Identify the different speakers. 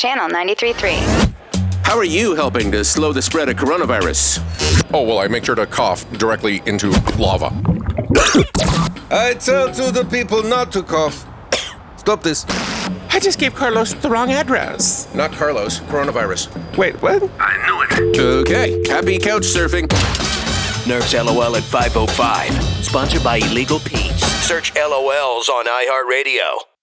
Speaker 1: Channel 93.3.
Speaker 2: How are you helping to slow the spread of coronavirus?
Speaker 3: Oh, well, I make sure to cough directly into lava.
Speaker 4: I tell to the people not to cough. Stop this.
Speaker 2: I just gave Carlos the wrong address.
Speaker 4: Not Carlos. Coronavirus.
Speaker 2: Wait, what? Okay, happy couch surfing.
Speaker 5: Nerf's LOL at 505. Sponsored by Illegal Pete's. Search LOLs on iHeartRadio.